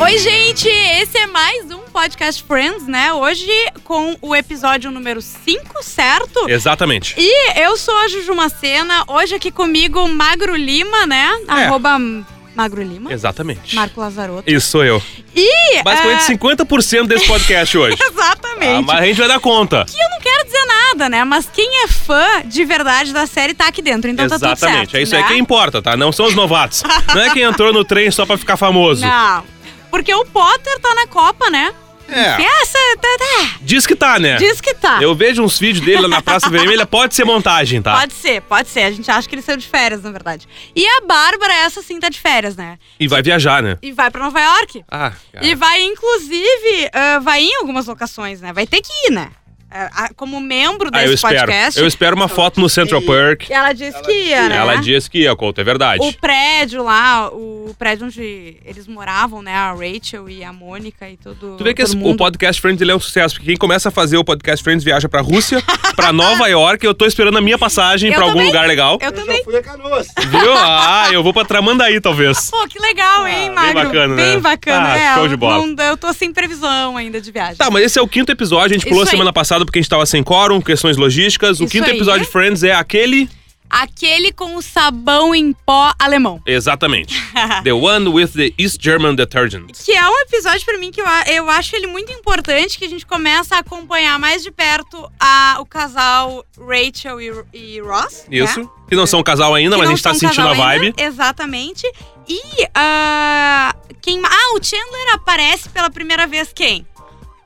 Oi, gente! Esse é mais um Podcast Friends, né? Hoje com o episódio número 5, certo? Exatamente. E eu sou a Juju Macena, hoje aqui comigo o Magro Lima, né? É. Arroba Magro Lima, Exatamente. Marco Lazarotto. Isso sou eu. E... Basicamente é, 50% desse podcast hoje. Ah, Exatamente. mas a gente vai dar conta. Que eu não quero dizer nada, né? Mas quem é fã de verdade da série tá aqui dentro, então tá tudo certo. Exatamente. é isso né? aí que importa, tá? Não são os novatos. Não é quem entrou no trem só pra ficar famoso. Não, porque o Potter tá na Copa, né? É. Essa... Tá, tá. Diz que tá, né? Diz que tá. Eu vejo uns vídeos dele lá na Praça Vermelha, pode ser montagem, tá? Pode ser, pode ser. A gente acha que ele saiu de férias, na verdade. E a Bárbara, essa sim, tá de férias, né? E vai viajar, né? E vai pra Nova York. Ah, cara. E vai, inclusive, ah, vai em algumas locações, né? Vai ter que ir, né? Ah, ah, como membro Ah, eu desse espero. podcast. Eu espero uma foto no Central Park. Ela disse que ia, né? Ela disse que ia, Couto, é verdade. O prédio lá, o prédio onde eles moravam, né? A Rachel e a Mônica e todo. Tu vê que todo esse- o mundo. Podcast Friends ele é um sucesso, porque quem começa a fazer o Podcast Friends viaja pra Rússia, pra Nova York, eu tô esperando a minha passagem Eu pra algum também. lugar legal. Eu também. já fui a canoas. Viu? Ah, eu vou pra Tramandaí, talvez. Pô, que legal, hein, Ah, Magro? bem bacana, né? Bem bacana, Ah, é. show de bola. não- eu tô sem previsão ainda de viagem. Tá, mas esse é o quinto episódio, a gente pulou Isso aí. semana passada porque a gente tava sem quórum, questões logísticas. o Isso quinto aí. episódio de Friends é aquele... Aquele com o sabão em pó alemão. Exatamente. the one with the East German detergent. Que é um episódio pra mim que eu, a- eu acho ele muito importante, que a gente começa a acompanhar mais de perto a, o casal Rachel e, e Ross. né? Isso. Que não são um casal ainda, Que mas a não gente tá são sentindo a casal vibe. ainda, Exatamente. E ah, quem ma- Ah, o Chandler aparece pela primeira vez quem?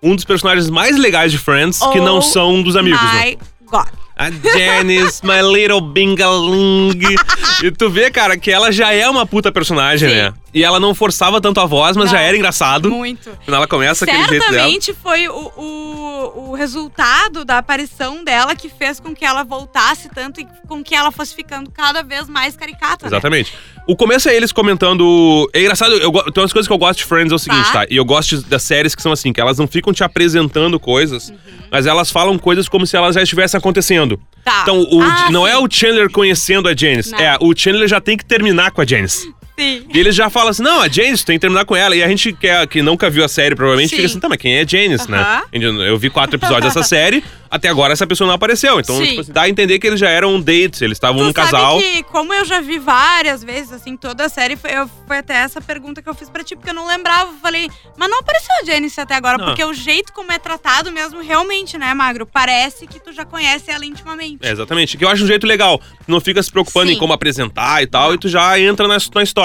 Um dos personagens mais legais de Friends, que Oh não são um dos amigos, né? My God. A Janice, my little bingaling. e tu vê, cara, que ela já é uma puta personagem, Sim. né? E ela não forçava tanto a voz, Não. mas já era engraçado. Muito. Quando ela começa aquele é jeito dela. Certamente foi o, o, o resultado da aparição dela que fez com que ela voltasse tanto e com que ela fosse ficando cada vez mais caricata. né? Exatamente. O começo é eles comentando. É engraçado, eu, go- tem umas coisas que eu gosto de Friends é o seguinte, Tá. tá? E eu gosto de- das séries que são assim, que elas não ficam te apresentando coisas, Uhum. mas elas falam coisas como se elas já estivessem acontecendo. Tá. Então, o- Ah, não sim, é o Chandler conhecendo a Janice, Não. é o Chandler já tem que terminar com a Janice. Sim. E eles já falam assim, não, a Janice tem que terminar com ela. E a gente que, é- que nunca viu a série, provavelmente, Sim. fica assim, tá, mas quem é a Janice, né? Aham. Eu eu vi quatro episódios dessa série, até agora essa pessoa não apareceu. Então, Sim. tipo assim, dá a entender que eles já eram um date, eles estavam Tu num casal. sabe que, como eu já vi várias vezes, assim, toda a série, foi, eu- foi até essa pergunta que eu fiz pra ti, porque eu não lembrava. Eu Falei, mas não apareceu a Janice até agora, Não. porque o jeito como é tratado mesmo, realmente, né, Magro? Parece que tu já conhece ela intimamente. É, exatamente. Que eu acho um jeito legal. Tu não fica se preocupando Sim. em como apresentar e tal, e tu já entra na, na história.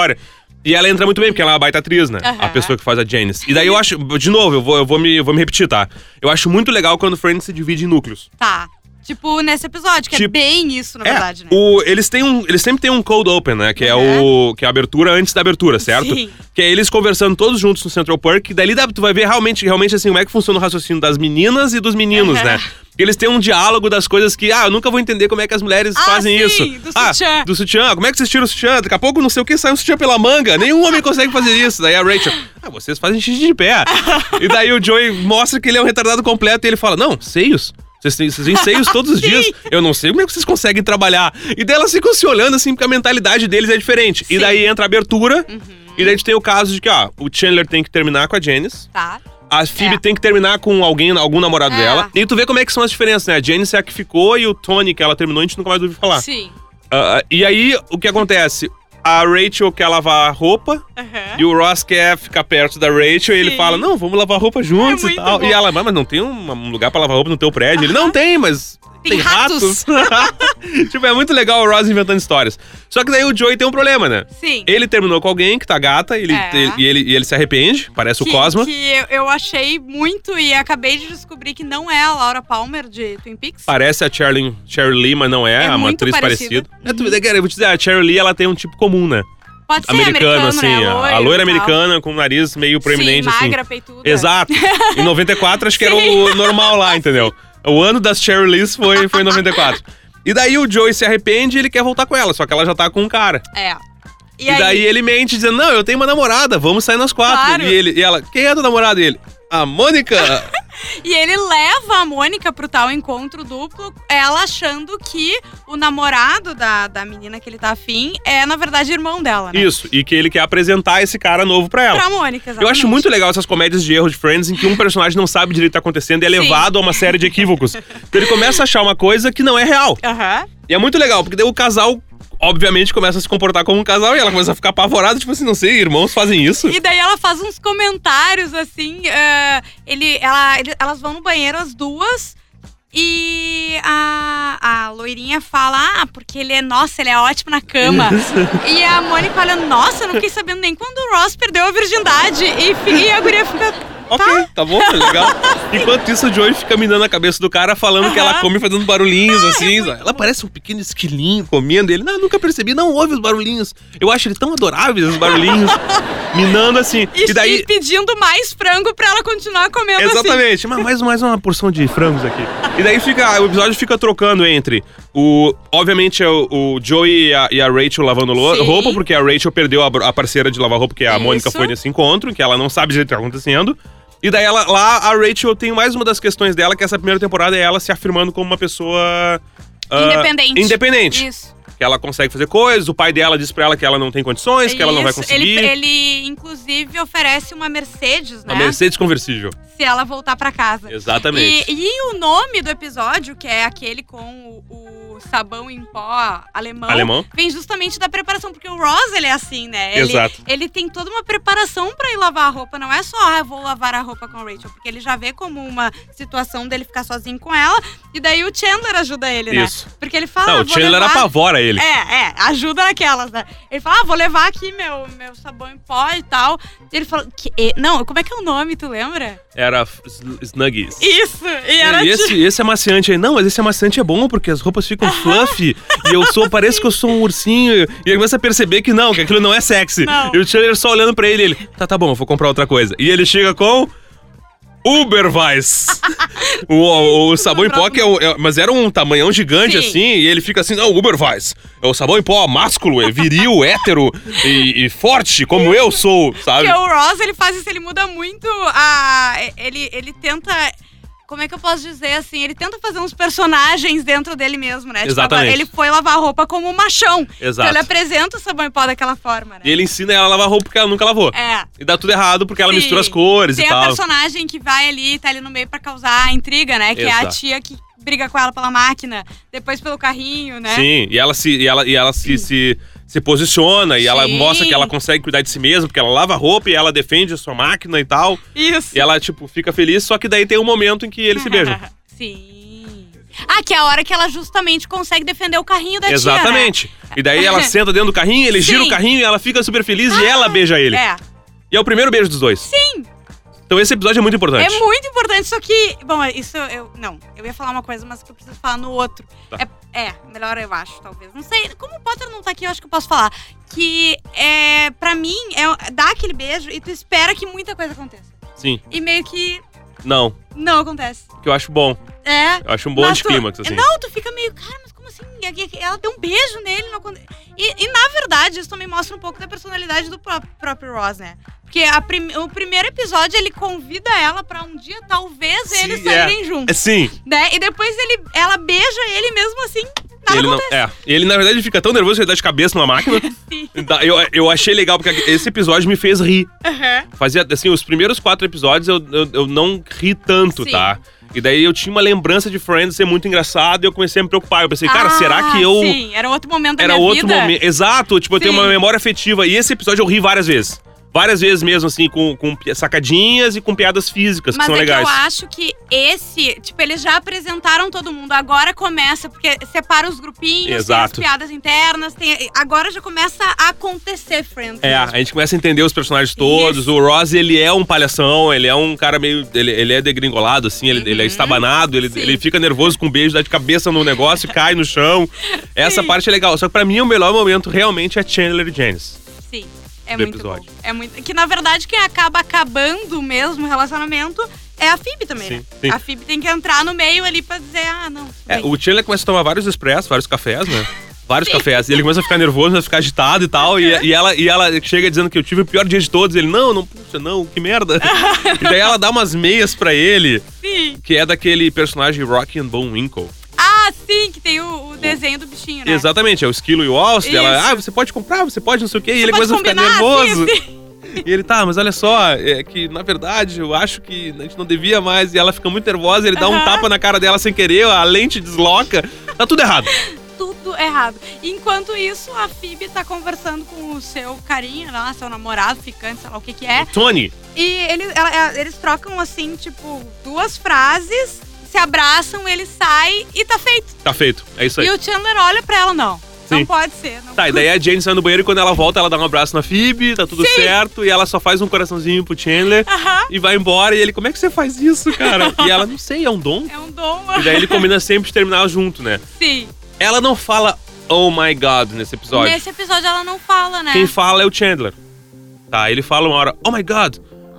E ela entra muito bem, porque ela é uma baita atriz, né? Aham. A pessoa que faz a Janice. E daí eu acho, de novo, eu vou, eu vou, me, eu vou me repetir, tá? Eu acho muito legal quando o Friends se divide em núcleos. Tá. Tipo, nesse episódio, que é Tipo- bem isso, na É, verdade, né? o- eles, têm um, eles sempre têm um cold open, né? Que é, o, que é a abertura antes da abertura, certo? Uhum. Sim. Que é eles conversando todos juntos no Central Park. E dali dá- tu vai ver realmente, realmente assim, como é que funciona o raciocínio das meninas e dos meninos, Aham. né? Porque eles têm um diálogo das coisas que, ah, eu nunca vou entender como é que as mulheres Ah, fazem sim, isso. do ah, sutiã. do sutiã. Como é que vocês tiram o sutiã? Daqui a pouco não sei o que sai um sutiã pela manga. Nenhum homem consegue fazer isso. Daí a Rachel, ah, vocês fazem xixi de pé. e daí o Joey mostra que ele é um retardado completo e ele fala, não, seios. Vocês têm, vocês têm seios todos os dias. Eu não sei como é que vocês conseguem trabalhar. E daí elas ficam se olhando assim, porque a mentalidade deles é diferente. Sim. Uhum. E daí entra a abertura. E daí a gente tem o caso de que, ó, o Chandler tem que terminar com a Janice. Tá. A Phoebe É. tem que terminar com alguém, algum namorado É. dela. E tu vê como é que são as diferenças, né? A Janice é a que ficou e o Tony, que ela terminou, a gente nunca mais ouviu falar. Sim. Ah, e aí, o que acontece? A Rachel quer lavar a roupa Aham. e o Ross quer ficar perto da Rachel e ele Sim. fala: Não, vamos lavar roupa juntos É e muito tal. bom. E ela, mas não tem um um lugar pra lavar roupa no teu prédio? Ele, não tem, mas. Tem Tem, ratos." ratos. tipo, é muito legal o Ross inventando histórias. Só que daí o Joey tem um problema, né? Sim. Ele terminou com alguém que tá gata ele, É. ele- e, ele, e ele se arrepende, parece que, o Cosma. Que eu, eu achei muito e acabei de descobrir que não é a Laura Palmer de Twin Peaks. Parece a Cheryl, Cheryl Lee, mas não é, É é uma muito Uhum. atriz parecida. parecida. É, tu- cara, eu vou te dizer, a Cheryl Lee ela tem um tipo comum, né? Pode ser americana, americano, assim. né? a loira e tal. americana com o nariz meio proeminente, Sim, assim. magra, peituda. Exato. Em 94, acho que era o normal lá, entendeu? O ano das Cheryl Lees foi, foi em 94. E daí o Joey se arrepende e ele quer voltar com ela, só que ela já tá com um cara. É. E, E, daí ele mente dizendo, não, eu tenho uma namorada, vamos sair nós quatro. Claro. E, ele, e ela, quem é a tua namorada? E ele, a Mônica. E ele leva a Mônica pro tal encontro duplo, ela achando que o namorado da, da menina que ele tá afim é, na verdade, irmão dela, né? Isso, e que ele quer apresentar esse cara novo pra ela. Pra Mônica, Eu exatamente. acho muito legal essas comédias de erro de Friends em que um personagem não sabe direito o que tá acontecendo e é Sim. levado a uma série de equívocos. Então ele começa a achar uma coisa que não é real. Aham. E é muito legal, porque daí o casal, obviamente, começa a se comportar como um casal e ela começa a ficar apavorada, tipo assim, não sei, irmãos fazem isso? E daí ela faz uns comentários assim. é, ele, ela, ele- elas vão no banheiro as duas. E a, a loirinha fala: Ah, porque ele é, nossa, ele é ótimo na cama. E a Mônica olha: Nossa, eu não fiquei sabendo nem quando o Ross perdeu a virgindade. E, fi- e a guria fica. Ok, tá bom, legal. Enquanto isso, o Joey fica minando a cabeça do cara, falando que ela Aham. Ah, é come fazendo barulhinhos, assim. sabe? ela parece um pequeno esquilinho comendo. E ele, não, nunca percebi, não ouve os barulhinhos. Eu acho ele tão adorável, esses barulhinhos. minando, assim. E, E daí, e pedindo mais frango pra ela continuar comendo assim. Exatamente. Mas mais, mais uma porção de frangos aqui. E daí fica, o episódio fica trocando entre o. Obviamente, é o, o Joey e a, e a Rachel lavando lo- Sim. roupa, porque a Rachel perdeu a, bro- a parceira de lavar roupa, que a Isso. Mônica foi nesse encontro, que ela não sabe direito o que tá acontecendo. E daí ela, lá a Rachel tem mais uma das questões dela, que essa primeira temporada é ela se afirmando como uma pessoa. ah, Independente. Independente. Isso. Que ela consegue fazer coisas, o pai dela diz pra ela que ela não tem condições, que ela não vai Isso. conseguir. Ele, ele, inclusive, oferece uma Mercedes, né? A Mercedes conversível. Se ela voltar pra casa. Exatamente. E, e o nome do episódio, que é aquele com o, o sabão em pó alemão, Alemão. vem justamente da preparação, porque o Ross, ele é assim, né? Ele, Exato. Ele tem toda uma preparação pra ir lavar a roupa, não é só, ah, eu vou lavar a roupa com a Rachel, porque ele já vê como uma situação dele ficar sozinho com ela, e daí o Chandler ajuda ele, Isso. né? Porque ele fala, não, ah, o vou Chandler levar... apavora ele. É, é, ajuda naquelas, né? Ele fala, ah, vou levar aqui meu, meu sabão em pó e tal. E ele fala, que, e- não, como é que é o nome, tu lembra? era f- sn- Snuggies. Isso, e era E tipo- esse, esse amaciante aí, não, mas esse amaciante é bom porque as roupas ficam fluffy e eu sou, parece que eu sou um ursinho. E ele começa a perceber que não, que aquilo não é sexy. Não. E o Chandler só olhando pra ele, ele, tá, tá bom, eu vou comprar outra coisa. E ele chega com. Uberweiss. o, o, o sabão em pó, que é, o- é- mas era um tamanhão gigante Sim. assim, e ele fica assim, não, Uberweiss. É o sabão em pó másculo, é viril, hétero e, e forte, como eu sou, sabe? Porque é o Ross, ele faz isso, ele muda muito a... Ele, ele tenta... Como é que eu posso dizer assim? Ele tenta fazer uns personagens dentro dele mesmo, né? Tipo, agora Exatamente. ele foi lavar roupa como um machão. Então Exato. ele apresenta o sabão em pó daquela forma, né? E ele ensina ela a lavar roupa porque ela nunca lavou. É. E dá tudo errado porque ela Sim. mistura as cores Tem e a tal. personagem que vai ali, tá ali no meio pra causar intriga, né? Que é a Exato. tia que briga com ela pela máquina, depois pelo carrinho, né? Sim, e ela se e ela, e ela se, se, se posiciona e ela Sim. mostra que ela consegue cuidar de si mesma, porque ela lava a roupa e ela defende a sua máquina e tal. Isso. E ela, tipo, fica feliz, só que daí tem um momento em que eles se beijam. Sim. Ah, que é a hora que ela justamente consegue defender o carrinho da tia, né? Exatamente. E daí ela senta dentro do carrinho, ele gira Sim. o carrinho e ela fica super feliz e ela beija ele. É. E é o primeiro beijo dos dois. Sim. Então esse episódio é muito importante. É muito importante, só que. Bom, isso eu. Não, eu ia falar uma coisa, mas que eu preciso falar no outro. Tá. É, é, melhor eu acho, talvez. Não sei. Como o Potter não tá aqui, eu acho que eu posso falar. Que é. Pra mim, é dá aquele beijo e tu espera que muita coisa aconteça. Sim. E meio que Não. não acontece. Que eu acho bom. É. Eu acho um bom Mas tu- anticlímax, assim. Não, tu fica meio, cara, mas como assim? Ela deu um beijo nele. Não... aconte- E, e, na verdade, isso também mostra um pouco da personalidade do pró- próprio Ross, né? Porque a prim- o primeiro episódio ele convida ela pra um dia, talvez, Sim, eles é. saírem juntos. Sim. Né? E depois ele, ela beija ele mesmo assim, nada ele não, é, ele na verdade fica tão nervoso que ele dá de cabeça numa máquina. acontece. Da- Eu, eu achei legal, porque esse episódio me fez rir. Fazia, assim, os primeiros quatro episódios eu, eu, eu não ri tanto, Sim. tá? E daí eu tinha uma lembrança de Friends ser muito engraçado e eu comecei a me preocupar. Eu pensei, cara, será que eu. Ah, Sim, era um outro momento da Era minha outro vida. momento. Exato, tipo, eu tenho Sim. uma memória afetiva. E esse episódio eu ri várias vezes. Várias vezes mesmo, assim, com, com pi- sacadinhas e com piadas físicas Mas que são é legais. que eu acho que esse, tipo, eles já apresentaram todo mundo. Agora começa, porque separa os grupinhos, Exato. tem as piadas internas, tem. Agora já começa a acontecer, Friends. né? É, mesmo. a gente começa a entender os personagens todos. Isso. O Ross, ele é um palhação, ele é um cara meio. Ele, ele é degringolado, assim, ele, ele é estabanado, ele, Uhum. Sim. ele fica nervoso com um beijo, dá de cabeça no negócio, cai no chão. Essa parte é legal. Só que pra mim, o melhor momento realmente é Chandler e Janice. Sim. É do muito episódio. bom. É muito. Que na verdade quem acaba acabando mesmo o relacionamento é a Phoebe também. Sim, né? sim. A Phoebe tem que entrar no meio ali pra dizer, ah, não. tudo É, bem. o Chandler começa a tomar vários expressos, vários cafés, né? vários Sim. Uhum. cafés. E ele começa a ficar nervoso, começa a ficar agitado e tal. E, e ela, e ela chega dizendo que eu tive o pior dia de todos. Ele, não, não, puxa, não, que merda. e daí ela dá umas meias pra ele, Sim. que é daquele personagem Rocky and Bone Winkle. Ah, sim, que tem o, o desenho do bichinho, né? Exatamente, é o esquilo e o alce. Isso. Ela, ah, você pode comprar, você pode não sei o quê. e ele Pode começa a ficar combinar, assim. nervoso. sim, sim. E ele, tá, mas olha só, é que na verdade eu acho que a gente não devia mais. E ela fica muito nervosa, ele dá um Aham. tapa na cara dela sem querer, a lente desloca. Tá tudo errado. Tudo errado. Enquanto isso, a Phoebe tá conversando com o seu carinha lá, seu namorado, ficante, sei lá o que que é. Tony, E ele- ela- ela- eles trocam, assim, tipo, duas frases, se abraçam, ele sai e tá feito. tá feito. É isso aí. E o Chandler olha pra ela, não. Sim. Não pode ser. Não Tá, e daí a Jane sai no banheiro e quando ela volta, ela dá um abraço na Phoebe, tá tudo certo, e ela só faz um coraçãozinho pro Chandler Aham. e vai embora. E ele, como é que você faz isso, cara? E ela, não sei, é um dom. É um dom. E daí ele combina sempre de terminar junto, né? Sim. Ela não fala, oh my god, nesse episódio. Nesse episódio ela não fala, né? Quem fala é o Chandler. Tá, ele fala uma hora, oh my god,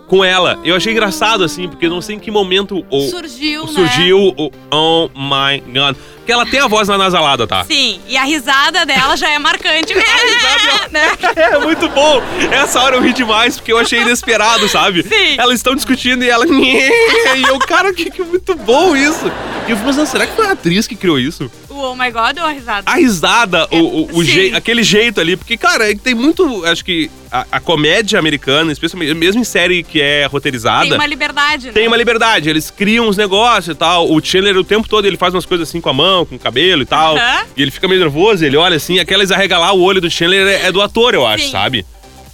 com ela. Eu achei engraçado, assim, porque eu não sei em que momento o, surgiu, né? surgiu o oh my god. Porque ela tem a voz na nasalada, tá? Sim, e a risada dela já é marcante. né? É muito bom! Essa hora eu ri demais, porque eu achei inesperado, sabe? Sim. Elas estão discutindo e ela. E eu, cara, que, que muito bom isso! E eu fico pensando, será que foi a atriz que criou isso? O oh my god ou a risada? A risada, o, o, o Sim. jei- aquele jeito ali, porque, cara, é que tem muito. Acho que a, a comédia americana, especialmente mesmo em série que é roteirizada. Tem uma liberdade, né? Tem uma liberdade, eles criam uns negócios e tal. O Chandler, o tempo todo, ele faz umas coisas assim com a mão, com o cabelo e tal. Aham. E ele fica meio nervoso, ele olha assim, aquelas arregalar o olho do Chandler é, é do ator, eu acho, Sim. sabe?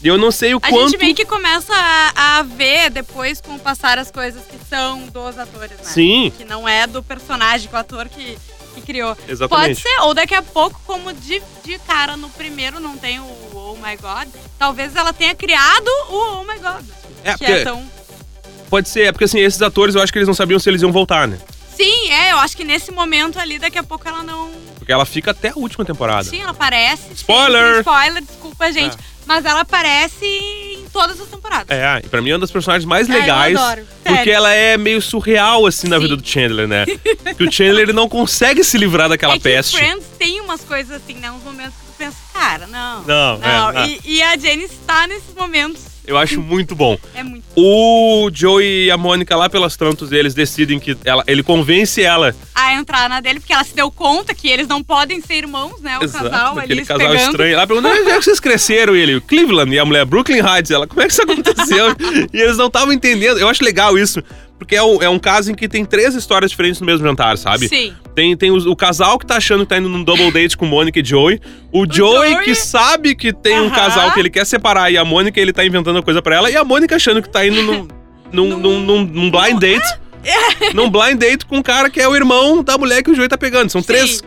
E eu não sei o A quanto. gente né? meio que começa a, a ver depois com o passar as coisas que são dos atores, né? Sim, Que não é do personagem, que o ator que, que criou. Pode exatamente. ser, ou daqui a pouco, como de, de cara no primeiro não tem o Oh My God, talvez ela tenha criado o Oh My God. É, que porque- é tão... Pode ser, é porque assim, esses atores eu acho que eles não sabiam se eles iam voltar, né? Sim, é, eu acho que nesse momento ali, daqui a pouco ela não. Porque ela fica até a última temporada. Sim, ela aparece. Ah, Spoiler! Ah. Sim, spoiler, desculpa, gente. Mas ela aparece em todas as temporadas. É, e pra mim é um dos personagens mais Ah, eu legais. adoro, sério. porque ela é meio surreal, assim, na Sim. vida do Chandler, né? Porque o Chandler ele não consegue se livrar daquela é que peste. Friends tem umas coisas assim, né? Uns momentos que tu pensa, cara, não. Não, é, é. E, e a Jenny está nesses momentos. Eu acho muito bom. É muito. O Joey e a Mônica, lá pelas tantas, eles decidem que ela, ele convence ela. A entrar na dele, porque ela se deu conta que eles não podem ser irmãos, né? O casal ali aquele se casal pegando. estranho. Ela pergunta, onde é que vocês cresceram? E ele, Cleveland, e a mulher, Brooklyn Heights. Ela, como é que isso aconteceu? e eles não estavam entendendo. Eu acho legal isso, porque é um, é um caso em que tem três histórias diferentes no mesmo jantar, sabe? Sim. Tem, tem os- o, casal que tá achando que tá indo num double date com Mônica e Joey. O, Joey, Joey- que sabe que tem um Aham. casal que ele quer separar e a Mônica ele tá inventando coisa pra ela. E a Mônica achando que tá indo num, num, Num- É. num, num- num blind date. num blind date com um cara que é o irmão da mulher que o Joey tá pegando. São Sim. três.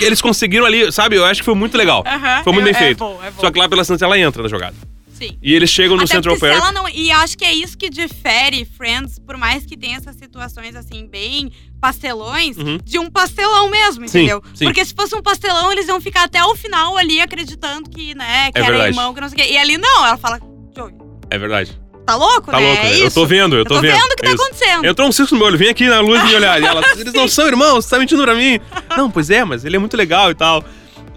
Eles conseguiram ali, sabe? Eu acho que foi muito legal. Aham, Foi muito é- bem é feito. bom, é bom. Só que lá pela Santa ela entra na jogada. Sim. E eles chegam no Até Central porque se Park. ela não- E acho que é isso que difere Friends, por mais que tenha essas situações assim, bem pastelões, Uhum. de um pastelão mesmo, Sim, entendeu? sim. Porque se fosse um pastelão, eles iam ficar até o final ali acreditando que, né, que É era verdade. irmão, que não sei o quê. E ali não, ela fala, Joey, É verdade. tá louco, Tá né? louco, É né? isso. Eu tô vendo, eu tô, vendo. o que tá Isso. acontecendo. Entrou um cisco no meu olho, vem aqui na luz me olhar. E ela, eles não são irmãos, você tá mentindo pra mim. Não, pois é, mas ele é muito legal e tal.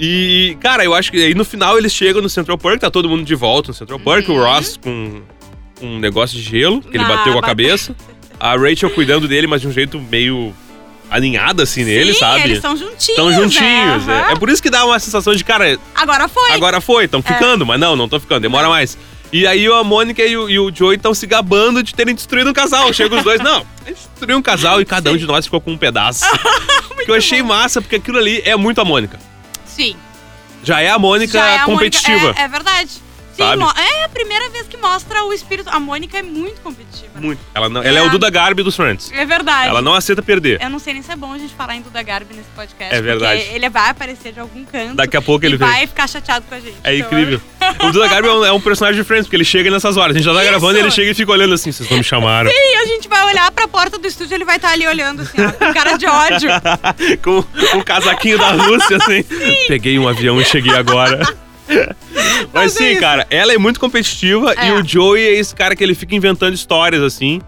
E, cara, eu acho que aí no final eles chegam no Central Park, tá todo mundo de volta no Central Park, Uhum. o Ross com um negócio de gelo, que ele Ah, bateu com a bateu. cabeça. A Rachel cuidando dele, mas de um jeito meio aninhada, assim, nele, Sim, sabe? eles estão juntinhos, Tão juntinhos. né? é. Aham. é por isso que dá uma sensação de, cara, Agora foi. É. Agora foi, estão ficando, mas não, não estão ficando, demora mais. E aí a Mônica e o, e o Joey estão se gabando de terem destruído um casal. Chegam os dois, não, a gente destruiu um casal e cada um de nós ficou com um pedaço. que eu achei massa, porque aquilo ali é muito a Mônica. Sim. Já é a Mônica Já é a Mônica- competitiva. é, é verdade. Sim, Sabe? mo- é a primeira vez que mostra o espírito. A Mônica é muito competitiva. né? Muito. Ela, não- ela é. É. o Duda Garbi dos Friends. É verdade. Ela não aceita perder. Eu não sei nem se é bom a gente falar em Duda Garbi nesse podcast. É verdade. Porque ele vai aparecer de algum canto. Daqui a pouco e ele vem. vai ficar chateado com a gente. É Então, incrível. O Duda Garbi é um, é um personagem de Friends, porque ele chega nessas horas. A gente já tá Isso. gravando e ele chega e fica olhando assim, vocês não me chamaram. E a gente vai olhar pra porta do estúdio ele vai estar ali olhando assim, ó, com cara de ódio. com o casaquinho da Rússia, assim. Peguei um avião e cheguei agora. Mas Mas é sim, isso. cara, ela é muito competitiva e É. o Joey é esse cara que ele fica inventando histórias, assim.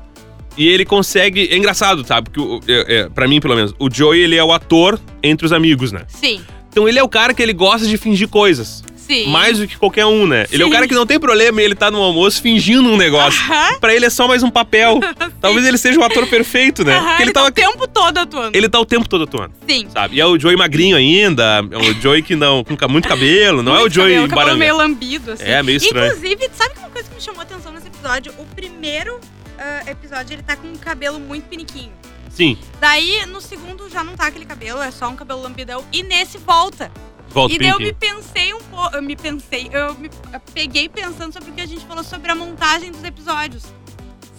E ele consegue. É engraçado, sabe? Porque, o- é, é, pra mim, pelo menos, o Joey ele é o ator entre os amigos, né? Sim. Então ele é o cara que ele gosta de fingir coisas. Sim. Mais do que qualquer um, né? Ele é o Sim. cara que não tem problema em ele tá no almoço fingindo um negócio. Aham. Pra ele é só mais um papel. Talvez ele seja o ator perfeito, né? Aham, Porque ele, tá tava, o tempo todo atuando. ele tá o tempo todo atuando. Sim. Sabe? E é o Joey magrinho ainda, é o Joey que não, com ca- muito cabelo, não é o Muito Joey cabelo, cabelo baranga. meio lambido, assim. É, meio estranho. Inclusive, sabe uma coisa que me chamou a atenção nesse episódio? O primeiro ah, episódio, ele tá com um cabelo muito piniquinho. Sim, Daí, no segundo, já não tá aquele cabelo, é só um cabelo lambidão. E nesse, volta. volta e daí eu me Pink. pensei um pouco, eu me pensei, eu me peguei pensando sobre o que a gente falou sobre a montagem dos episódios,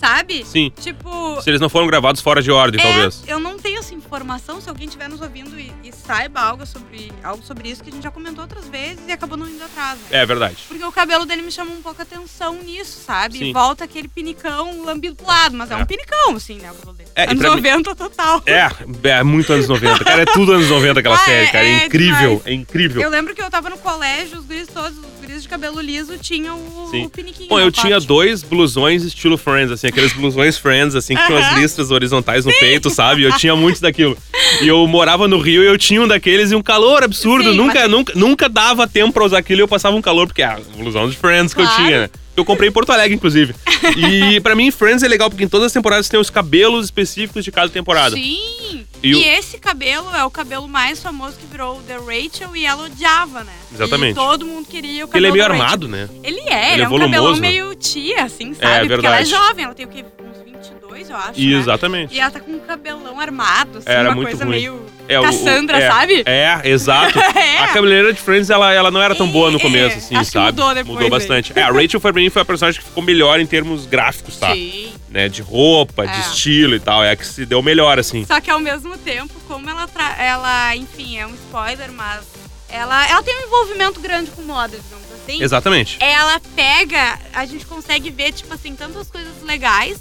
sabe? Sim. Tipo, Se eles não foram gravados fora de ordem, é, talvez. eu não tenho essa informação, se alguém estiver nos ouvindo e, e saiba algo sobre, algo sobre isso, que a gente já comentou outras vezes e acabou não indo atrás. né? É verdade. Porque o cabelo dele me chama um pouco a atenção nisso, sabe? Sim. Volta aquele pinicão lambido pro lado, mas é, É. um pinicão, assim, né? O cabelo dele. É, e Anos pra mim- 90 total. É, é muito anos 90. Cara, é tudo anos 90 aquela Ah, série, é- cara. É é incrível, demais. é incrível. Eu lembro que eu tava no colégio, os guris todos, os guris de cabelo liso tinham o, Sim. o piniquinho. Bom, na eu tinha parte. dois blusões estilo Friends, assim, aqueles blusões Friends, assim, que tinham as Aham. listras horizontais no peito, sabe? Eu tinha muitos daquilo. E eu morava no Rio e eu tinha um daqueles e um calor absurdo. Sim, nunca, nunca, nunca dava tempo pra usar aquilo e eu passava um calor, porque ah, blusão de Friends que Claro. eu tinha, né? Que Eu comprei em Porto Alegre, inclusive. E pra mim, Friends é legal porque em todas as temporadas tem os cabelos específicos de cada temporada. Sim! E E, o- esse cabelo é o cabelo mais famoso que virou o The Rachel e ela odiava, né? Exatamente. E todo mundo queria o Ele cabelo. é meio da Rachel. armado, né? Ele é, Ele ele é é, um cabelão volumoso, né? meio tia, assim, sabe? Porque ela é verdade. jovem, ela tem o quê? Uns 22, eu acho. né? Exatamente. E ela tá com um cabelão armado, assim, Era uma muito coisa ruim. meio É, o- o- Cassandra, é, sabe? É, exato. É. A cabeleireira de Friends, ela, ela não era tão boa no É, começo, assim, acho que sabe? mudou depois, Mudou né? bastante. É, a Rachel foi pra mim foi a personagem que ficou melhor em termos gráficos, tá? Sim. Né? De roupa, de É. estilo e tal. É a que se deu melhor, assim. Só que ao mesmo tempo, como ela, tra- ela enfim, é um spoiler, mas ela, ela tem um envolvimento grande com moda, digamos assim. Exatamente. ela pega, a gente consegue ver, tipo assim, tanto as coisas legais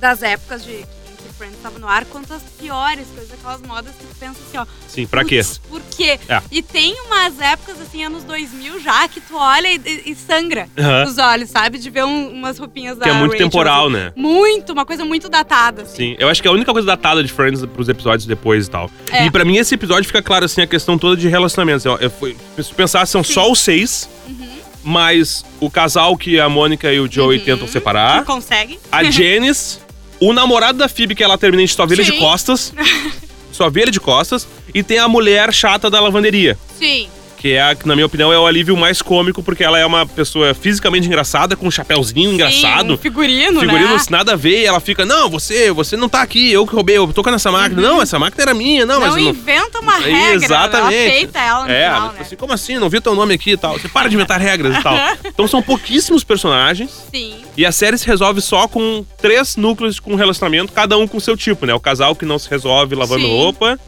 das épocas de em que Friends estava no ar, quanto as piores coisas, aquelas modas que tu pensa assim, ó. Sim, pra quê? "Putz, Por quê? É. E tem umas épocas, assim, anos 2000 já, que tu olha e, e- e sangra Aham. os olhos, sabe? De ver um- umas roupinhas da Que é muito Rachel, temporal, assim. né? Muito, uma coisa muito datada, assim. Sim, eu acho que é a única coisa datada de Friends pros episódios depois e tal. É. E pra mim esse episódio fica claro, assim, a questão toda de relacionamentos. Eu, eu fui- se tu pensar, são só os seis, Uhum. mas o casal que a Mônica e o Joey Uhum. tentam separar. Tu consegue? a Janice, o namorado da Phoebe, que ela termina de só vê ele de Sim. costas. Só vê ele de costas. E tem a mulher chata da lavanderia. Sim. Que é, a, que, na minha opinião, é o alívio mais cômico, porque ela é uma pessoa fisicamente engraçada, com um chapéuzinho Sim, engraçado. um figurino, Figurino né? sem nada a ver, e ela fica, não, você, você não tá aqui, eu que roubei, eu tô com essa máquina. Não, essa máquina era minha, não, Uhum. Não, mas eu não. É, inventa uma regra. Exatamente. Ela aceita ela no é, final, mas, né? assim, como assim? Não vi teu nome aqui e tal. Você para de inventar regras e tal. Então são pouquíssimos personagens. Sim. E a série se resolve só com três núcleos com relacionamento, cada um com seu tipo, né? O casal que não se resolve lavando Sim. roupa,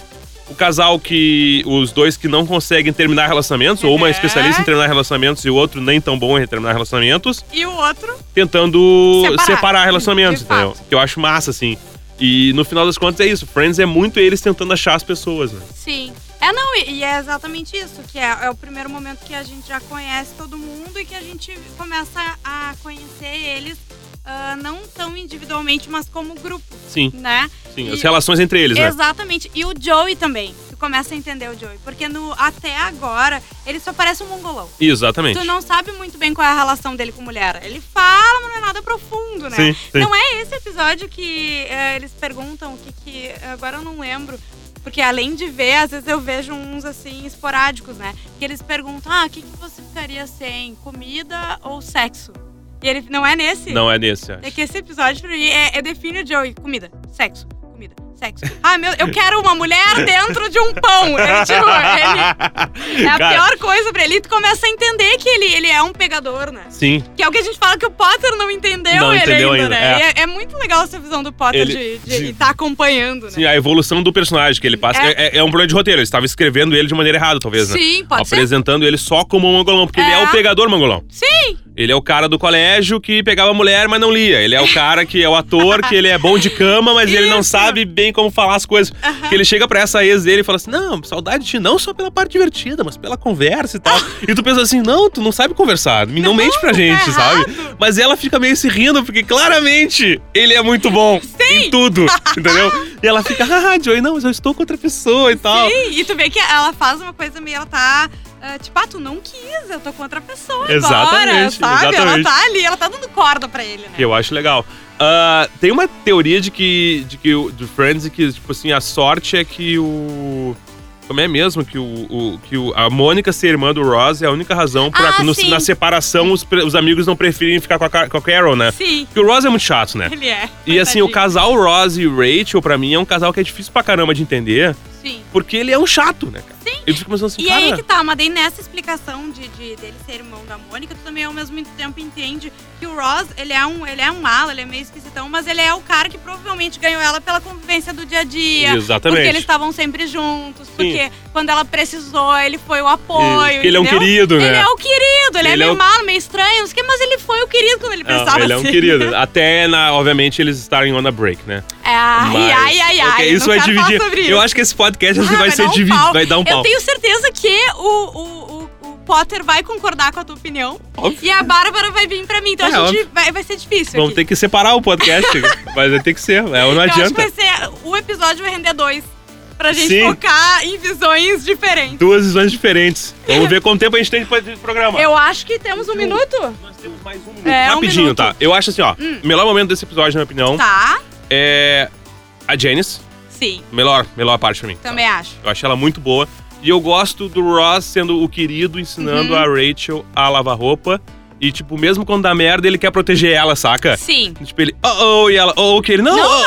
o casal que. os dois que não conseguem terminar relacionamentos, ou uma É. especialista em terminar relacionamentos e o outro nem tão bom em terminar relacionamentos, E o outro, tentando separar, Separar. relacionamentos, De fato. entendeu? Que eu acho massa, assim. E no final das contas é isso. Friends é muito eles tentando achar as pessoas, né? sim. É, não, e, e é exatamente isso, que é, é o primeiro momento que a gente já conhece todo mundo e que a gente começa a conhecer eles ah, não tão individualmente, mas como grupo, Sim, né? sim. E- As relações entre eles, né? Exatamente. E o Joey também. Tu começa a entender o Joey. Porque no, até agora, ele só parece um mongolão. Exatamente. Tu não sabe muito bem qual é a relação dele com mulher. Ele fala, mas não é nada profundo, né? Sim, sim. Não é esse episódio que eh, eles perguntam o que que. Agora eu não lembro. Porque além de ver, às vezes eu vejo uns assim, esporádicos, né? Que eles perguntam: ah, o que, que você ficaria sem? Comida ou sexo? E ele não é nesse. Não é nesse, acho. É que esse episódio pra mim é, é define o Joey. Comida, sexo, comida, sexo. Ah, meu, eu quero uma mulher dentro de um pão. Ele, tipo, ele, é a Cara, pior coisa pra ele. E tu começa a entender que ele, ele é um pegador, né? Sim, Que é o que a gente fala que o Potter não entendeu Não ele entendeu ainda, né? E É. é muito legal essa visão do Potter Ele- de, de, de- estar acompanhando, né? Sim, a evolução do personagem que ele passa. É, É. é- é um problema de roteiro. Eles estavam escrevendo ele de maneira errada, talvez, né? Sim, pode ser. Apresentando ele só como um mangolão, porque ele é É. o pegador mangolão. Sim, Ele é o cara do colégio que pegava mulher, mas não lia. Ele é o cara que é o ator, que ele é bom de cama, mas ele não Isso. sabe bem como falar as coisas. Aham. Que ele chega pra essa ex dele e fala assim: Não, saudade de ti, não só pela parte divertida, mas pela conversa e tal. e tu pensa assim: Não, tu não sabe conversar. Não, mente tá pra gente, sabe? Mas ela fica meio se rindo, porque claramente ele é muito bom em tudo, entendeu? E ela fica, ah, Joey, não, mas eu estou com outra pessoa e tal. Sim, e tu vê que ela faz uma coisa meio, ela tá. ah, tipo, ah, tu não quis, eu tô com outra pessoa agora, Exatamente, sabe? Ela exatamente. tá ali, ela tá dando corda pra ele, né? Eu acho legal. Ah, tem uma teoria de que. de que o de Friends que, tipo assim, a sorte é que o. Como é mesmo? Que, o, o- que o- a Mônica ser irmã do Ross é a única razão pra Ah, no- sim. na separação os, pre- os amigos não preferirem ficar com a, Ca- com a Carol, né? Sim, Porque o Ross é muito chato, né? ele é. E assim, o Coitadinho. casal Ross e Rachel, pra mim, é um casal que é difícil pra caramba de entender, Sim. porque ele é um chato, né, cara? Sim. Eles começam assim, E cara. aí que tá, mas daí nessa explicação de, de- dele ser irmão da Mônica, tu também ao mesmo tempo entende que o Ross, ele é um, ele é um ala, ele é meio esquisitão, mas ele é o cara que provavelmente ganhou ela pela convivência do dia a dia. Exatamente. Porque eles estavam sempre juntos, porque quando ela precisou, ele foi o apoio. Ele é um entendeu? querido, né? Ele é o querido, ele, é Ele é meio o- malo, meio estranho, não sei o quê, mas ele foi o querido quando ele Não, pensava ele é um assim. querido. Até, na, obviamente, eles estarem on a break, né? É, ai, Mas- ai, ai, ai. Ok, eu isso não vai quero falar dividir. sobre Eu isso. acho que esse podcast assim, Ah, vai, ser dar um dividido, pau. vai dar um pau. Eu tenho certeza que o, o, o, o Potter vai concordar com a tua opinião. Óbvio. E a Bárbara vai vir pra mim. Então É, a gente óbvio. vai, vai ser difícil. Vamos aqui. ter que separar o podcast, mas vai ter que ser, né? não Eu acho que adianta. vai ser. O episódio vai render dois. Pra gente Sim. focar em visões diferentes. Duas visões diferentes. Vamos ver quanto tempo a gente tem de de programa. Eu acho que temos um minuto. Nós temos mais um minuto. É, um Rapidinho, minuto. Hum. tá? Eu acho assim, ó. Melhor momento desse episódio, na minha opinião, Tá. é a Janice. Sim, Melhor, melhor parte pra mim. também acho. Eu achei ela muito boa. E eu gosto do Ross sendo o querido, ensinando Uhum. a Rachel a lavar roupa. E, tipo, mesmo quando dá merda, ele quer proteger ela, saca? Sim. Tipo, ele, oh, oh, e ela, oh, oh, que ele, não, oh,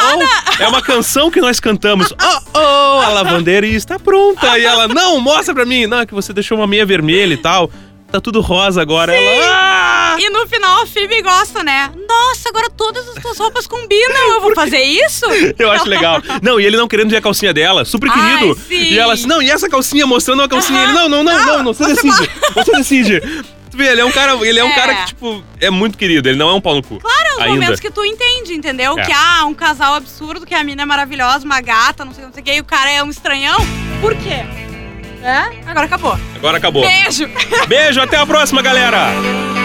oh. É uma canção que nós cantamos. Oh, oh, a lavanderia está pronta. E ela, não, mostra pra mim. Não, é que você deixou uma meia vermelha e tal. Tá tudo rosa agora. Ela, ah! E no final a Phoebe gosta, né? Nossa, agora todas as tuas roupas combinam. Eu vou fazer isso? Eu acho legal. Não, e ele não querendo ver a calcinha dela, super Ai, querido. sim. E ela assim, não, e essa calcinha mostrando uma calcinha. Ele, não, não, não, não, não, você decide. Você decide. Tu vê, ele é um cara, ele é um É. cara que, tipo, é muito querido, ele não é um pau no cu. Claro, os ainda. momentos que tu entende, entendeu? É. Que ah, um casal absurdo, que a mina é maravilhosa, uma gata, não sei não sei o que, e o cara é um estranhão. Por quê? É? Agora acabou. Agora acabou. Beijo! Beijo, até a próxima, galera!